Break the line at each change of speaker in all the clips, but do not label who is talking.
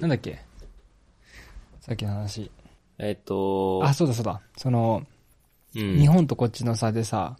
なんだっけさっきの話。
えっと、
あ、そうだそうだ。その、
うん
日本とこっちの差でさ、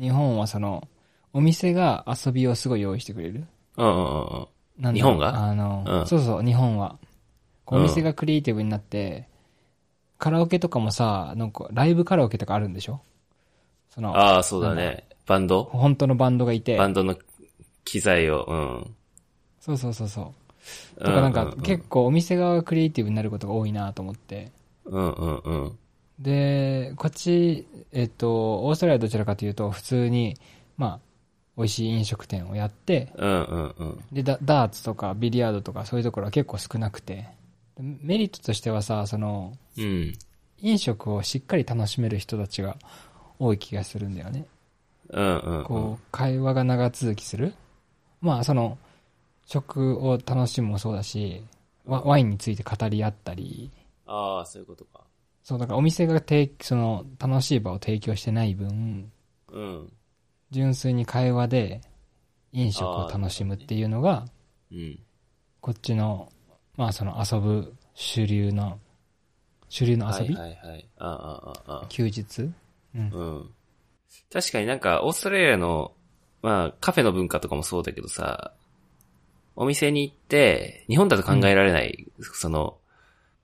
日本はその、お店が遊びをすごい用意してくれる
うんうんうんうん。
なんだろう
日本が
あの、
うん
そうそう、日本は。こう
う
お
ん
店がクリエイティブになって、カラオケとかもさ、なんかライブカラオケとかあるんでしょその、
ああ、そうだね。バンド
本当のバンドがいて
バ、ンドの機材を、うん。
そうそうそうそう。
と
とかなんか、結構お店側がクリエイティブになることが多いなと思って。
うんうんうん。
で、こっち、えっと、オーストラリアはどちらかというと、普通に、まあ、美味しい飲食店をやって、
うんうんうん。
で、ダダーツとかビリヤードとかそういうところは結構少なくて、でメリットとしてはさ、その、
うん。
飲食をしっかり楽しめる人たちが多い気がするんだよね。
うんうんうん。
こう、会話が長続きする。まあ、その、食を楽しむもそうだし、ワワインについて語り合ったり、
ああ、そういうことか。
そう、だからお店が提その、楽しい場を提供してない分、
うん。
純粋に会話で飲食を楽しむっていうのが、
うん。
こっちの、まあその遊ぶ主流の、主流の遊び、
はいはいはい。ああ、ああ、ああ。
休日うん。
うん。確かになんか、オーストラリアの、まあ、カフェの文化とかもそうだけどさ、お店に行って、日本だと考えられない、その、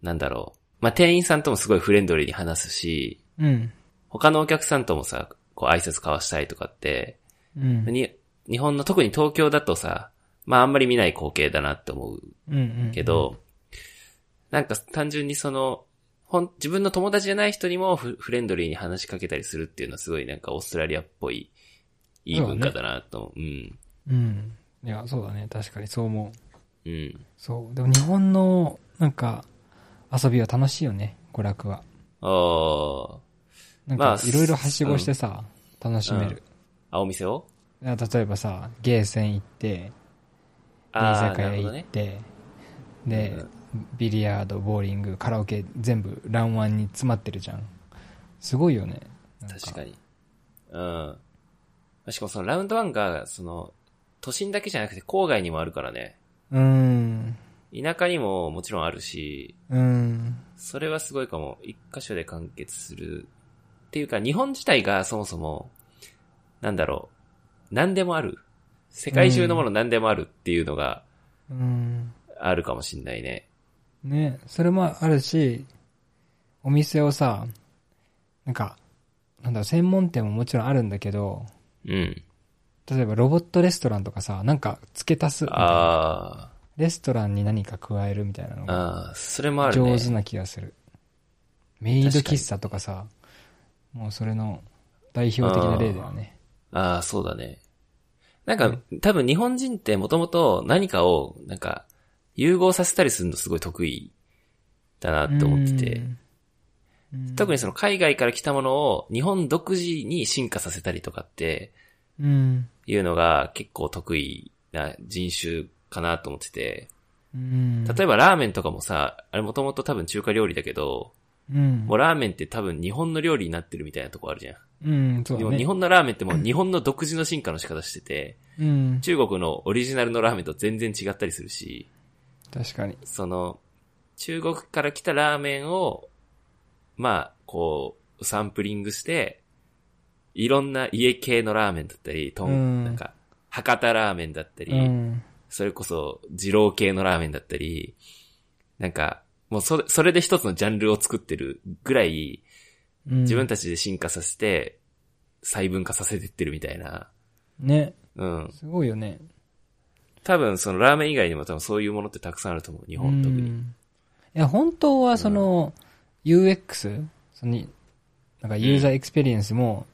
なんだろう。まあ、店員さんともすごいフレンドリーに話すし、
うん。
他のお客さんともさ、こう挨拶交わしたりとかって、
うん。
に日本の特に東京だとさ、まああんまり見ない光景だなって思う
うん。うん。
けど、なんか単純にその、ほん、自分の友達じゃない人にもフフレンドリーに話しかけたりするっていうのはすごいなんかオーストラリアっぽい、いい文化だなと、うん、
うん。いや、そうだね。確かにそう思う。
うん。
そう。でも日本の、なんか、遊びは楽しいよね。娯楽は。
あー
なん
ま
か
あ、
いろいろはしごしてさ、楽しめる。
あ、お店を
例えばさ、ゲーセン行って、居
ああ、
酒
な
屋
るほ
行
ど
っ
ね。
て、で、ビリヤード、ボーリング、カラオケ、全部、ランワンに詰まってるじゃん。すごいよね。なん
確かに。うん。しかもそのラウンドワンが、その、都心だけじゃなくて郊外にもあるからね。
うーん。
田舎にももちろんあるし、
うーん。
それはすごいかも。一箇所で完結する。っていうか、日本自体がそもそも、なんだろう。何でもある。世界中のもの何でもあるっていうのが
うーん。
あるかもしんないね。
ね、それもあるし、お店をさ、なんか、なんだろう、専門店ももちろんあるんだけど、
うん。
例えばロボットレストランとかさ、なんか付け足すみたいな。
あ
レストランに何か加えるみたいなの
ー
が
あー、それもあるね。
上手な気がする。メイド喫茶とかさ、もうそれの代表的な例だよね。
ああ、そうだね。なんか、多分日本人ってもともと何かを、なんか、融合させたりするのすごい得意だなって思ってて。
うん。
特にその海外から来たものを日本独自に進化させたりとかって
うん。
いうのが結構得意な人種かなと思ってて。
うん。
例えばラーメンとかもさ、あれもともと多分中華料理だけど、
うん
もうラーメンって多分日本の料理になってるみたいなとこあるじゃん。
うん、そう
で
だ
も日
ね。
本のラーメンって もう日本の独自の進化の仕方してて、
うん。
中国のオリジナルのラーメンと全然違ったりするし、
確かに。
その、中国から来たラーメンを、まあ、こう、サンプリングして、いろんな家系のラーメンだったり、と
うん
ん、なんか、博多ラーメンだったり、
うん。
それこそ、二郎系のラーメンだったり、なんか、もうそれ、それで一つのジャンルを作ってるぐらい、
自
自分たちで進化させて、細分化させてってるみたいな。
ね。
うん。
すごいよね。
多分、そのラーメン以外にも多分そういうものってたくさんあると思う。日本特
う
に。
んいや、本当はその、UX? その、なんかユーザーエクスペリエンスも、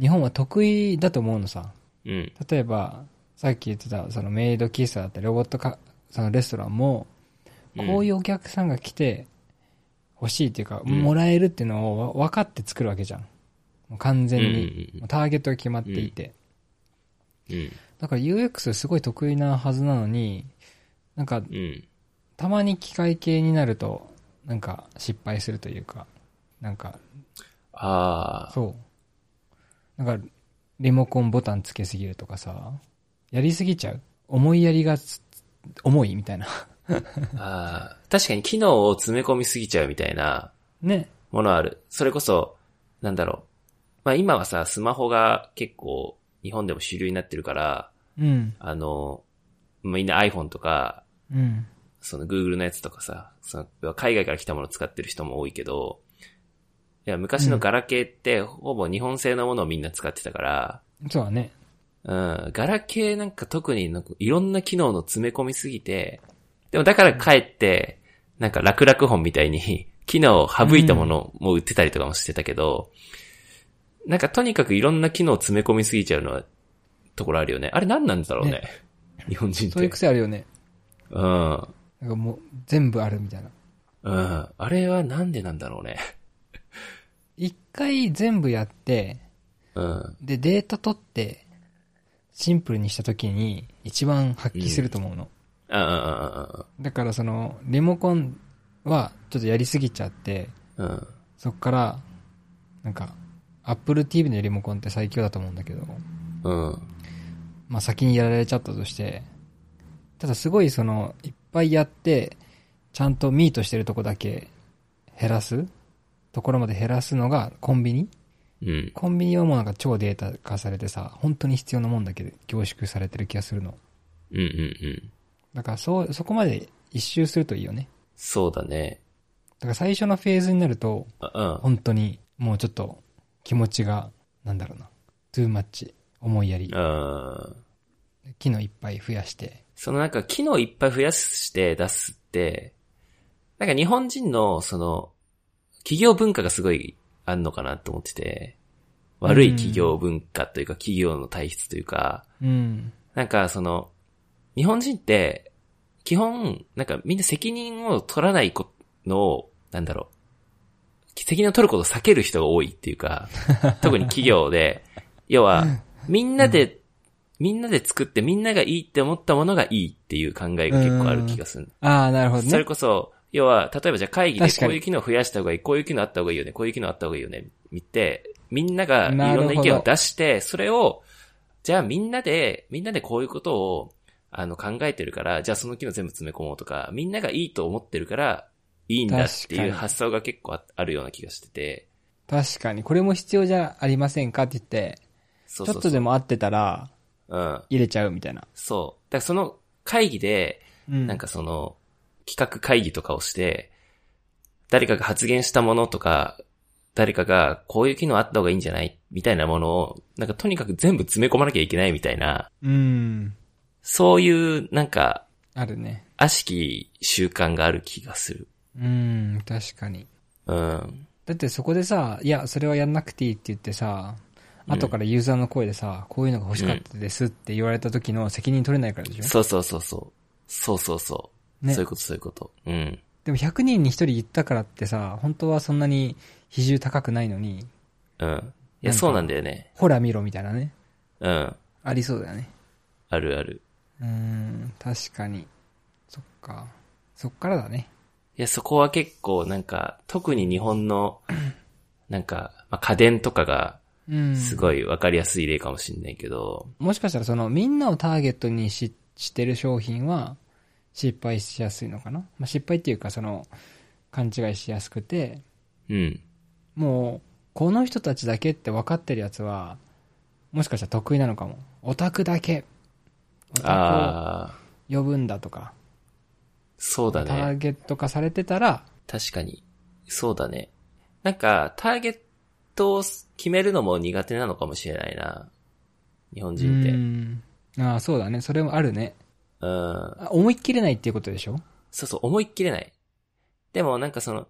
日本は得意だと思うのさ。
うん。
例えば、さっき言ってた、そのメイド喫茶だったり、ロボットか、そのレストランも、
うん
こういうお客さんが来て欲しいっていうか、
うん
もらえるっていうのをわ分かって作るわけじゃん。もう完全
うん
に
うんうん。
もうターゲットが決まっていて。
うん。
だから UX すごい得意なはずなのに、なんか
うん。
たまに機械系になると、なんか失敗するというか、なんか、
ああ。
そう。なんか、リモコンボタンつけすぎるとかさ、やりすぎちゃう思いやりがつ、重いみたいな。
あー確かに機能を詰め込みすぎちゃうみたいな
ね。
ものある。それこそ、なんだろう。まあ今はさ、スマホが結構日本でも主流になってるから、
うん。
あの、みんな iPhone とか、
うん。
その Google のやつとかさ、その海外から来たものを使ってる人も多いけど、いや、昔のガラケーってほぼ日本製のものをみんな使ってたから、
そうだね。
うん、ガラケーなんか特になんかいろんな機能の詰め込みすぎて、でもだからかえって、なんか楽々本みたいに 機能を省いたものも売ってたりとかもしてたけど、なんかとにかくいろんな機能を詰め込みすぎちゃうのは、ところあるよね。あれ何なんだろうね。
ね
日本人って。
そういう癖あるよね。
うん。
なんかもう、全部あるみたいな。
うん。あれはなんでなんだろうね。
一回全部やって、
うん。
で、データ取って、シンプルにした時に、一番発揮すると思うの。
ああ、
だからその、リモコンは、ちょっとやりすぎちゃって、
うん。うん。
そっから、なんか、Apple TV のリモコンって最強だと思うんだけど、
うん。
まあ先にやられちゃったとして、ただすごいその、いっぱいやって、ちゃんとミートしてるとこだけ減らすところまで減らすのがコンビニ
うん。
コンビニはもうなんか超データ化されてさ、本当に必要なもんだけで凝縮されてる気がするの。
うんうんうん。
だからそう、そこまで一周するといいよね。
そうだね。
だから最初のフェーズになると、
あ
本当にもうちょっと気持ちが、なんだろうな、トゥーマッチ、思いやり
うん。、うん。
機能いっぱい増やして、
そのなんか機能いっぱい増やして出すって、なんか日本人のその、企業文化がすごいあんのかなと思ってて、悪い企業文化というか企業の体質というか、
うん、
なんかその、日本人って、基本、なんかみんな責任を取らないこのを、なんだろう、責任を取ることを避ける人が多いっていうか、特に企業で、要は、みんなで、みんなで作ってみんながいいって思ったものがいいっていう考えが結構ある気がする。
ああ、なるほど
それ
ね。
こそ、要は、例えばじゃあ会議で
確か
こう
に
いう機能増やした方がいい、こういう機能あった方がいいよね、こういう機能あった方がいいよね、見て、みんながい
な
ろ
るほ
ん
ど
な意見を出して、それを、じゃあみんなで、みんなでこういうことを、あの、考えてるから、じゃあその機能全部詰め込もうとか、みんながいいと思ってるから、いいんだって
確か
い
に
う発想が結構ああるような気がしてて、
確かに、これも必要じゃありませんかって言って、
そう
ち
そ
ょ
うそ
っ
う。
とでも合ってたら、
うん。
入れちゃうみたいな。
そう。だからその会議で、
うん
なんかその、企画会議とかをして、誰かが発言したものとか、誰かがこういう機能あった方がいいんじゃないみたいなものを、なんかとにかく全部詰め込まなきゃいけないみたいな、
うん、
そういうなんか、
あるね。
悪しき習慣がある気がする。
うん、確かに。
うん。
だってそこでさ、いや、それはやんなくていいって言ってさ、後からユーザーの声でさ、こういうのが欲しかったですって言われた時の責任取れないからでしょ、
そうそうそうそう。そうそうそう。
ね
そういうことそういうこと。うん。
でも100人に1人言ったからってさ、本当はそんなに比重高くないのに、
うん。い
な
や、
んか
そうなんだよね。
ほら見ろみたいなね。
うん。
ありそうだよね。
あるある。
うーん、確かに。そっか。そっからだね。
いや、そこは結構なんか、特に日本 の、なんか、まあ、家電とかが、
うん。
すごいわかりやすい例かもしんないけど、
もしかしたらその、みんなをターゲットにし、してる商品は、失敗しやすいのかなまあ、失敗っていうかその、勘違いしやすくて、
うん。
もう、この人たちだけって分かってるやつは、もしかしたら得意なのかも。オタクだけ。オタ
ああ、
クを呼ぶんだとか。
そうだ
ター
ね。
ゲット化されてたら、
確かに。そうだね。なんか、ターゲットを決めるのも苦手なのかもしれないな。日本人って。
う
うん。
んああ、そうだね。それもあるね。あ思い切れないっていうことでしょ
そうそう、思いっきれない。でもなんかその、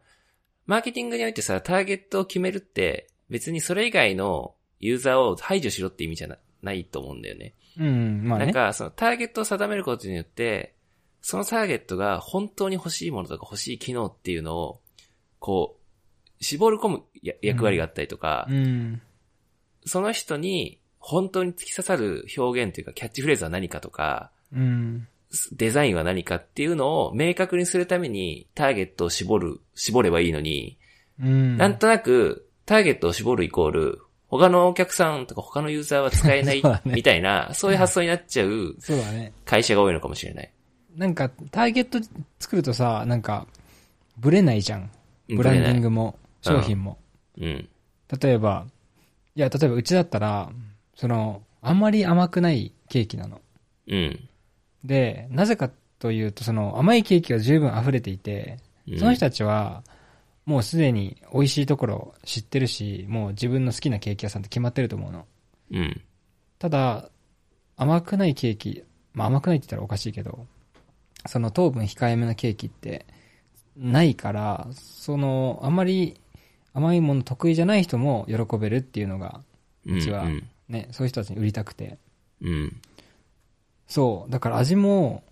マーケティングにおいてさ、ターゲットを決めるって、別にそれ以外のユーザーを排除しろって意味じゃなないと思うんだよね。
うん、まあ
なん
ね。
か、そのターゲットを定めることによって、そのターゲットが本当に欲しいものとか欲しい機能っていうのを、こう、絞り込むや役割があったりとか、
うん。
その人に本当に突き刺さる表現というか、キャッチフレーズは何かとか、
うん。
デザインは何かっていうのを明確にするためにターゲットを絞る、絞ればいいのに、
うん。
なんとなくターゲットを絞るイコール、他のお客さんとか他のユーザーは使えない
そうだね
みたいな、そういう発想になっちゃう
そうだね。
会社が多いのかもしれない。
なんか、ターゲット作るとさ、なんか、ブレないじゃん。ブランディングも、
ブレな
商
い
品も。
うん。
例えば、いや、例えばうちだったら、その、あんまり甘くないケーキなの。
うん。
で、なぜかというと、その、甘いケーキが十分溢れていて、
うん
その人たちは、もうすでに美味しいところを知ってるし、もう自分の好きなケーキ屋さんって決まってると思うの。
うん。
ただ、甘くないケーキ、まあ甘くないって言ったらおかしいけど、その糖分控えめなケーキってないから、その、あまり甘いもの得意じゃない人も喜べるっていうのが、
うん。
うちは
うん。
ね、そういう人たちに売りたくて。
うん。
そう、だから味も、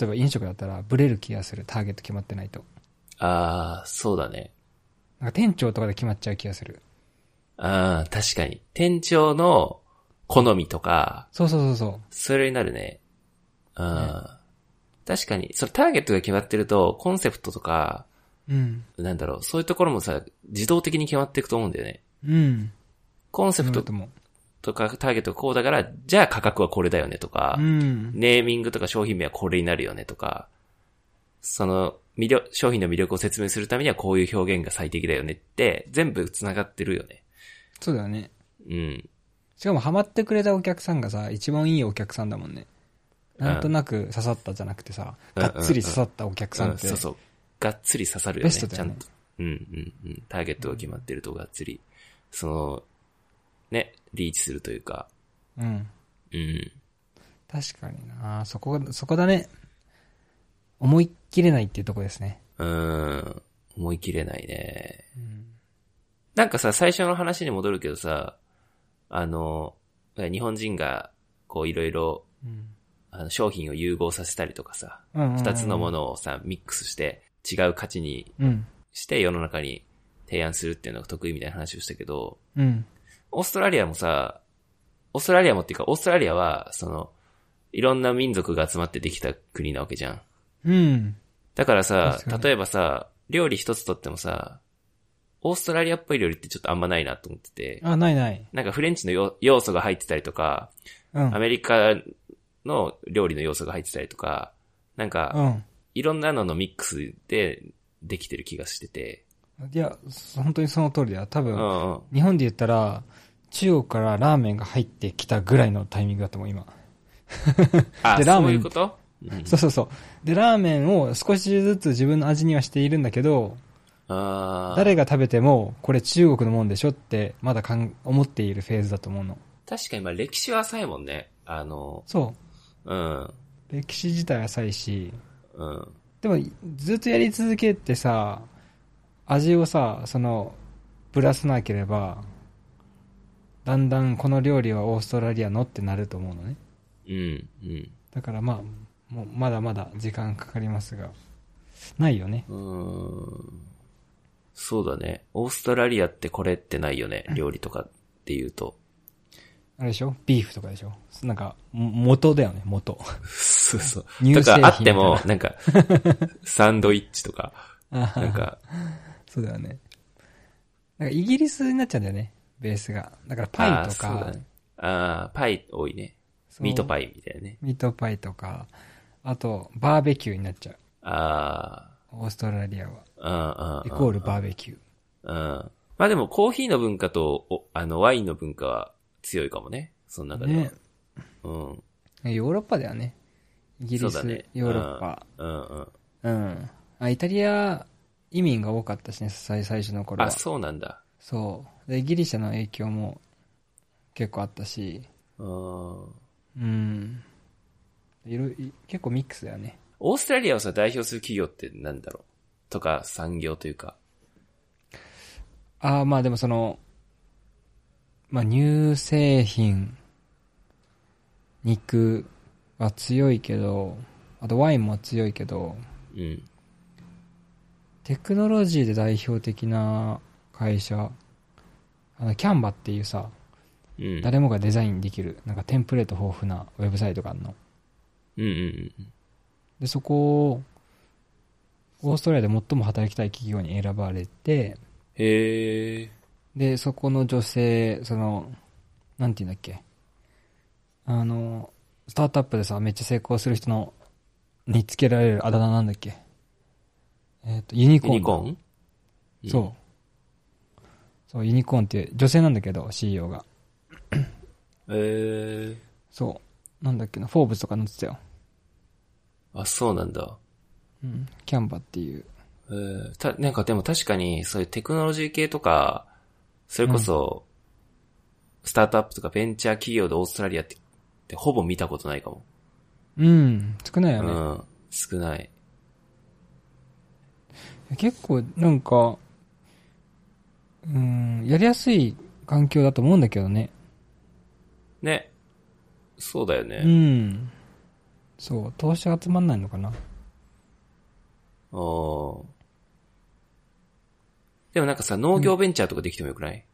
例えば飲食だったらブレる気がする、ターゲット決まってないと。
ああ、そうだね。
なんか店長とかで決まっちゃう気がする。
ああ、確かに。店長の好みとか、
そうそうそうそう。
それになるね。あー確かに、それターゲットが決まってると、コンセプトとか、
うん。
なんだろう、そういうところもさ、自動的に決まっていくと思うんだよね。
うん。
コンセプ
そうだ
ト
と思
とかターゲットがこうだから、じゃあ価格はこれだよねとか、
う。うん。
ネーミングとか商品名はこれになるよねとか、その魅力、商品の魅力を説明するためにはこういう表現が最適だよねって、全部繋がってるよね。
そうだよね。
うん。
しかもハマってくれたお客さんがさ、一番いいお客さんだもんね。なんとなく刺さったじゃなくてさ、
うん
がっつり刺さったお客さんって。
そうそう。がっつり刺さるよね。
ベストだよね
ちゃんと。うんうんうん。ターゲットが決まってるとがっつり、その、ね、リーチするというか、
うん。
うん。
確かになそこ、そこだね。思い切れないっていうとこですね。
うーん。思い切れないね。なんかさ、最初の話に戻るけどさ、あの、日本人が、こういろいろ、
うん。
あの商品を融合させたりとかさ、
うんうんうん
二つのものをさ、ミックスして、違う価値に
うん。
して世の中に提案するっていうのが得意みたいな話をしたけど、
うん。
オーストラリアもさ、オーストラリアもっていうか、オーストラリアは、その、いろんな民族が集まってできた国なわけじゃん。
うん。
だからさ
確か、に
例えばさ、料理一つとってもさ、オーストラリアっぽい料理ってちょっとあんまないなと思ってて、
あ、ないない。
なんかフレンチのよ要素が入ってたりとか、
う
ア
ん。
メリカの料理の要素が入ってたりとか、なん
う
か、
ん。
いろんなののミックスでできてる気がしてて、
いや、そ本当にその通りだよ。多
う
分、
んうん。
日本で言ったら、中国からラーメンが入ってきたぐらいのタイミングだと思う、今。
あ、
でラーメン
そういうことうん
そうそうそう。で、ラーメンを少しずつ自分の味にはしているんだけど、
あー
誰が食べても、これ中国のもんでしょって、まだかん思っているフェーズだと思うの。
確かにまあ歴史は浅いもんね。あの、
そ
うん。
う。歴史自体浅いし、
うん。
でも、ずっとやり続けてさ、味をさ、その、ぶらさなければ、だんだんこの料理はオーストラリアのってなると思うのね。
うん。うん。
だからまあ、もうまだまだ時間かかりますが、ないよね。
うーんそうだね。オーストラリアってこれってないよね。料理とかって言うと。
あれでしょビーフとかでしょなんか、も元だよね、元。
そうそう。
乳
と
製品
かあっても、なんか、 サンドイッチとか、 なんか、
そうだよね。なんかイギリスになっちゃうんだよね、ベースが。だからパイと
あーそう
か、
だねあーパイ多いね。
そう
ミートパイみたいなね。
ミートパイとか、あとバーベキューになっちゃう。
あ
オーストラリアは。
あ、うんうんうん。
イコールバーベキュ
う
ー。
ん。まあでもコーヒーの文化と、おあの、ワインの文化は強いかもね。その中では。
ね
うん。
ヨーロッパだよね。イギ
そ
リ
うだ
ス、
ね。
ヨーロッパ。
うん。うんうん。
うん。あ、イタリア移民が多かったしね、最最初の頃は。
あ、そうなんだ。
そう。で、ギリシャの影響も結構あったし、
うん。
うん。いろい結構ミックスだよね。
オーストラリアをさ、代表する企業ってなんだろうとか、産業というか。
ああ、まあでもその、まあ乳製品、肉は強いけど、あとワインも強いけど、
うん。
テクノロジーで代表的な会社、あの、キャンバっていうさ、
うん。
誰もがデザインできる、なんかテンプレート豊富なウェブサイトがあるの。
うんうんうん。
で、そこを、オーストラリアで最も働きたい企業に選ばれて、
へえ。
で、そこの女性、その、なんて言うんだっけ。あの、スタートアップでさ、めっちゃ成功する人のにつけられるあだ名なんだっけえっ、と、ユニコ
ユ
ーン。
ニコーンうん
そう。そう、ユニコーンっていう女性なんだけど、CEO が。
え
そう。なんだっけな、フォーブスとか載ってたよ。
ー、あ、そうなんだ。
うん。キャンバっていう。
えーた、なんかでも確かに、そういうテクノロジー系とか、それこそ、スタートアップとかベンチャー企業でオーストラリアって、ってほぼ見たことないかも。
うん。少ないよ
う
ね。
ん、少ない。
結構、なんか、うん、やりやすい環境だと思うんだけどね。
ね。そうだよ
う
ね。
ん。そう、投資が集まんないのかな。
おーでもなんかさ、農業ベンチャーとかできてもよくない、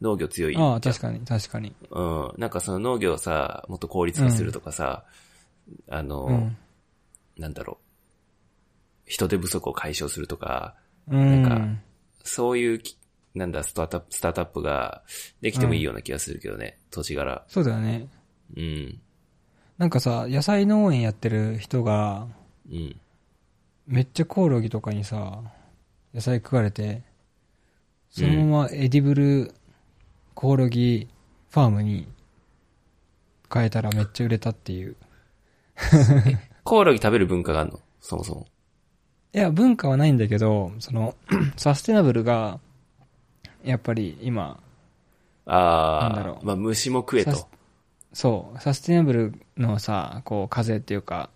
農業強い。
ああ、確かに、確かに。
うん。なんかその農業をさ、もっと効率化するとかさ、あの、
うん。
なんだろう。人手不足を解消するとか、
うん。
なんそういうき、なんだ、スタートアップ、スタートアップができてもいいような気がするけどね、土地柄。
そうだよね。
うん。
なんかさ、野菜農園やってる人が、
うん。
めっちゃコオロギとかにさ、野菜食われて、そのままエディブルコオロギファームに変えたらめっちゃ売れたっていう。
コオロギ食べる文化があるのそもそも。
いや、文化はないんだけど、その、 サステナブルが、やっぱり今、
あ
なんだ
あ
ろ、う
まあ虫も食え
さ
と。
そう、サステナブルのさ、こう、風っていうか、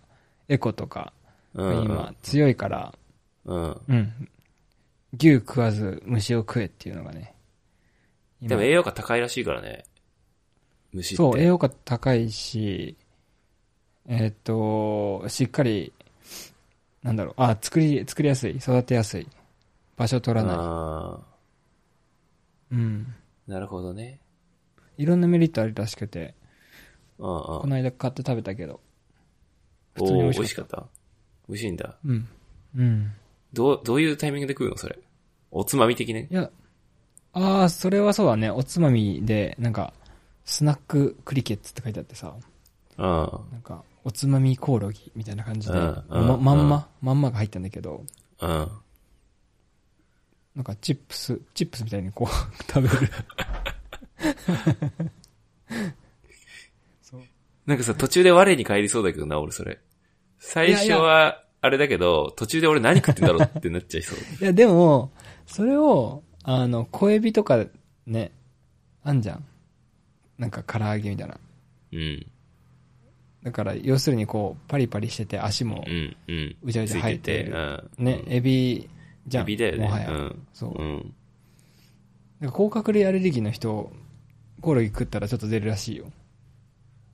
エコとか、
うん。
今強いから、
うん。
うん。牛食わず虫を食えっていうのがね。今
でも栄養価高いらしいからね。虫って。
そう、栄養価高いし、えーっと、しっかり、なんだろう、あ、作り、作りやすい、育てやすい。場所取らな
あ
い。うん。
ーなるほどね。
いろんなメリットあるらしくて、
うんうん。
この間買って食べたけど。普通
お
に美
お
味
美味
し
し
か
かっ
っ
た。美味しいんだ。
た。うん。うん。
どう、どういうタイミングで食うのそれ。おつまみ的ね
い。や、ああ、それはそうだね。おつまみで、なんか、スナッククリケッツって書いてあってさ、
うん。
なんか、おつまみコオロギみたいな感じで、
うんうん
ままん
うん
ま、まんまが入ったんだけど、
うん。
なんかチップス、チップスみたいにこう、 食べる。そう。
なんかさ、途中で我に返りそうだけどな、俺それ。最初
い
は、あれだけど、途中で俺何食ってんだろうってなっちゃいそう。
いや、でも、それを、あの、小エビとかね、あんじゃん。なんか唐揚げみたいな。
うん。
だから、要するにこう、パリパリしてて足も
う、ん。うん。
うじゃう
つ
じゃ
い
入
て
っ
て、
てる。
うん。
ね、エビじゃん。
エビだよね。
もはや。
うん。
そう。
う
だか
ん。
ら甲殻類アレルギーの人、コオロギ食ったらちょっと出るらしいよ。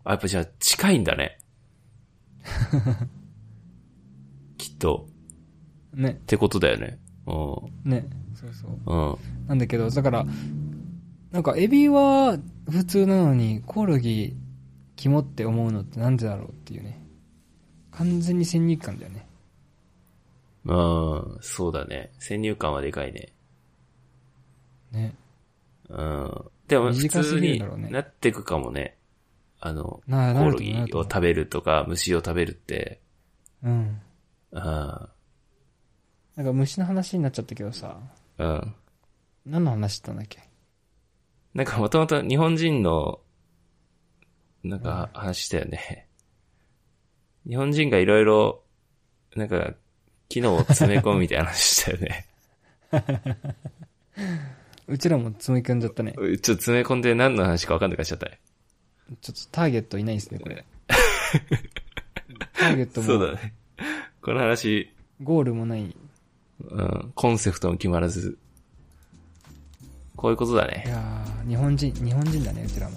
あ、やっぱじゃあ近いんだ ね。きっと。
ね、
ってことだよね。うん。
ね。そうそう。
うん。
なんだけど、だから、なんかエビは普通なのに、コオロギ、肝って思うのってなんでだろうっていうね。完全に先入観だよね。
うん。そうだね。先入観はでかいね。
ね。
うん。でも普
短す
通
ぎるん
に
だろうね
なっていくかもね。あの、コ
な
オ
な
ロ
ると思
ギ
うなると
を
思
食べるとか、虫を食べるって。
う。うん。
うん。
なんか虫の話になっちゃったけどさ、
うん。
何の話したんだっけ
なんかもともと日本人の、なんか話したよね。日本人がいろいろ、なんか、機能を詰め込むみたいな話したよ ね。
うちらもつむ込んじゃったね。
ちょっと詰め込んで何の話か分かんなくなっちゃったね。
ちょっとターゲットいないですね、これ。ターゲット
そう
も、
だね。この話、
ゴールもない。い
うん、コンセプトも決まらず、こういうことだね。
やー、日本人、日本人だね、うちらも。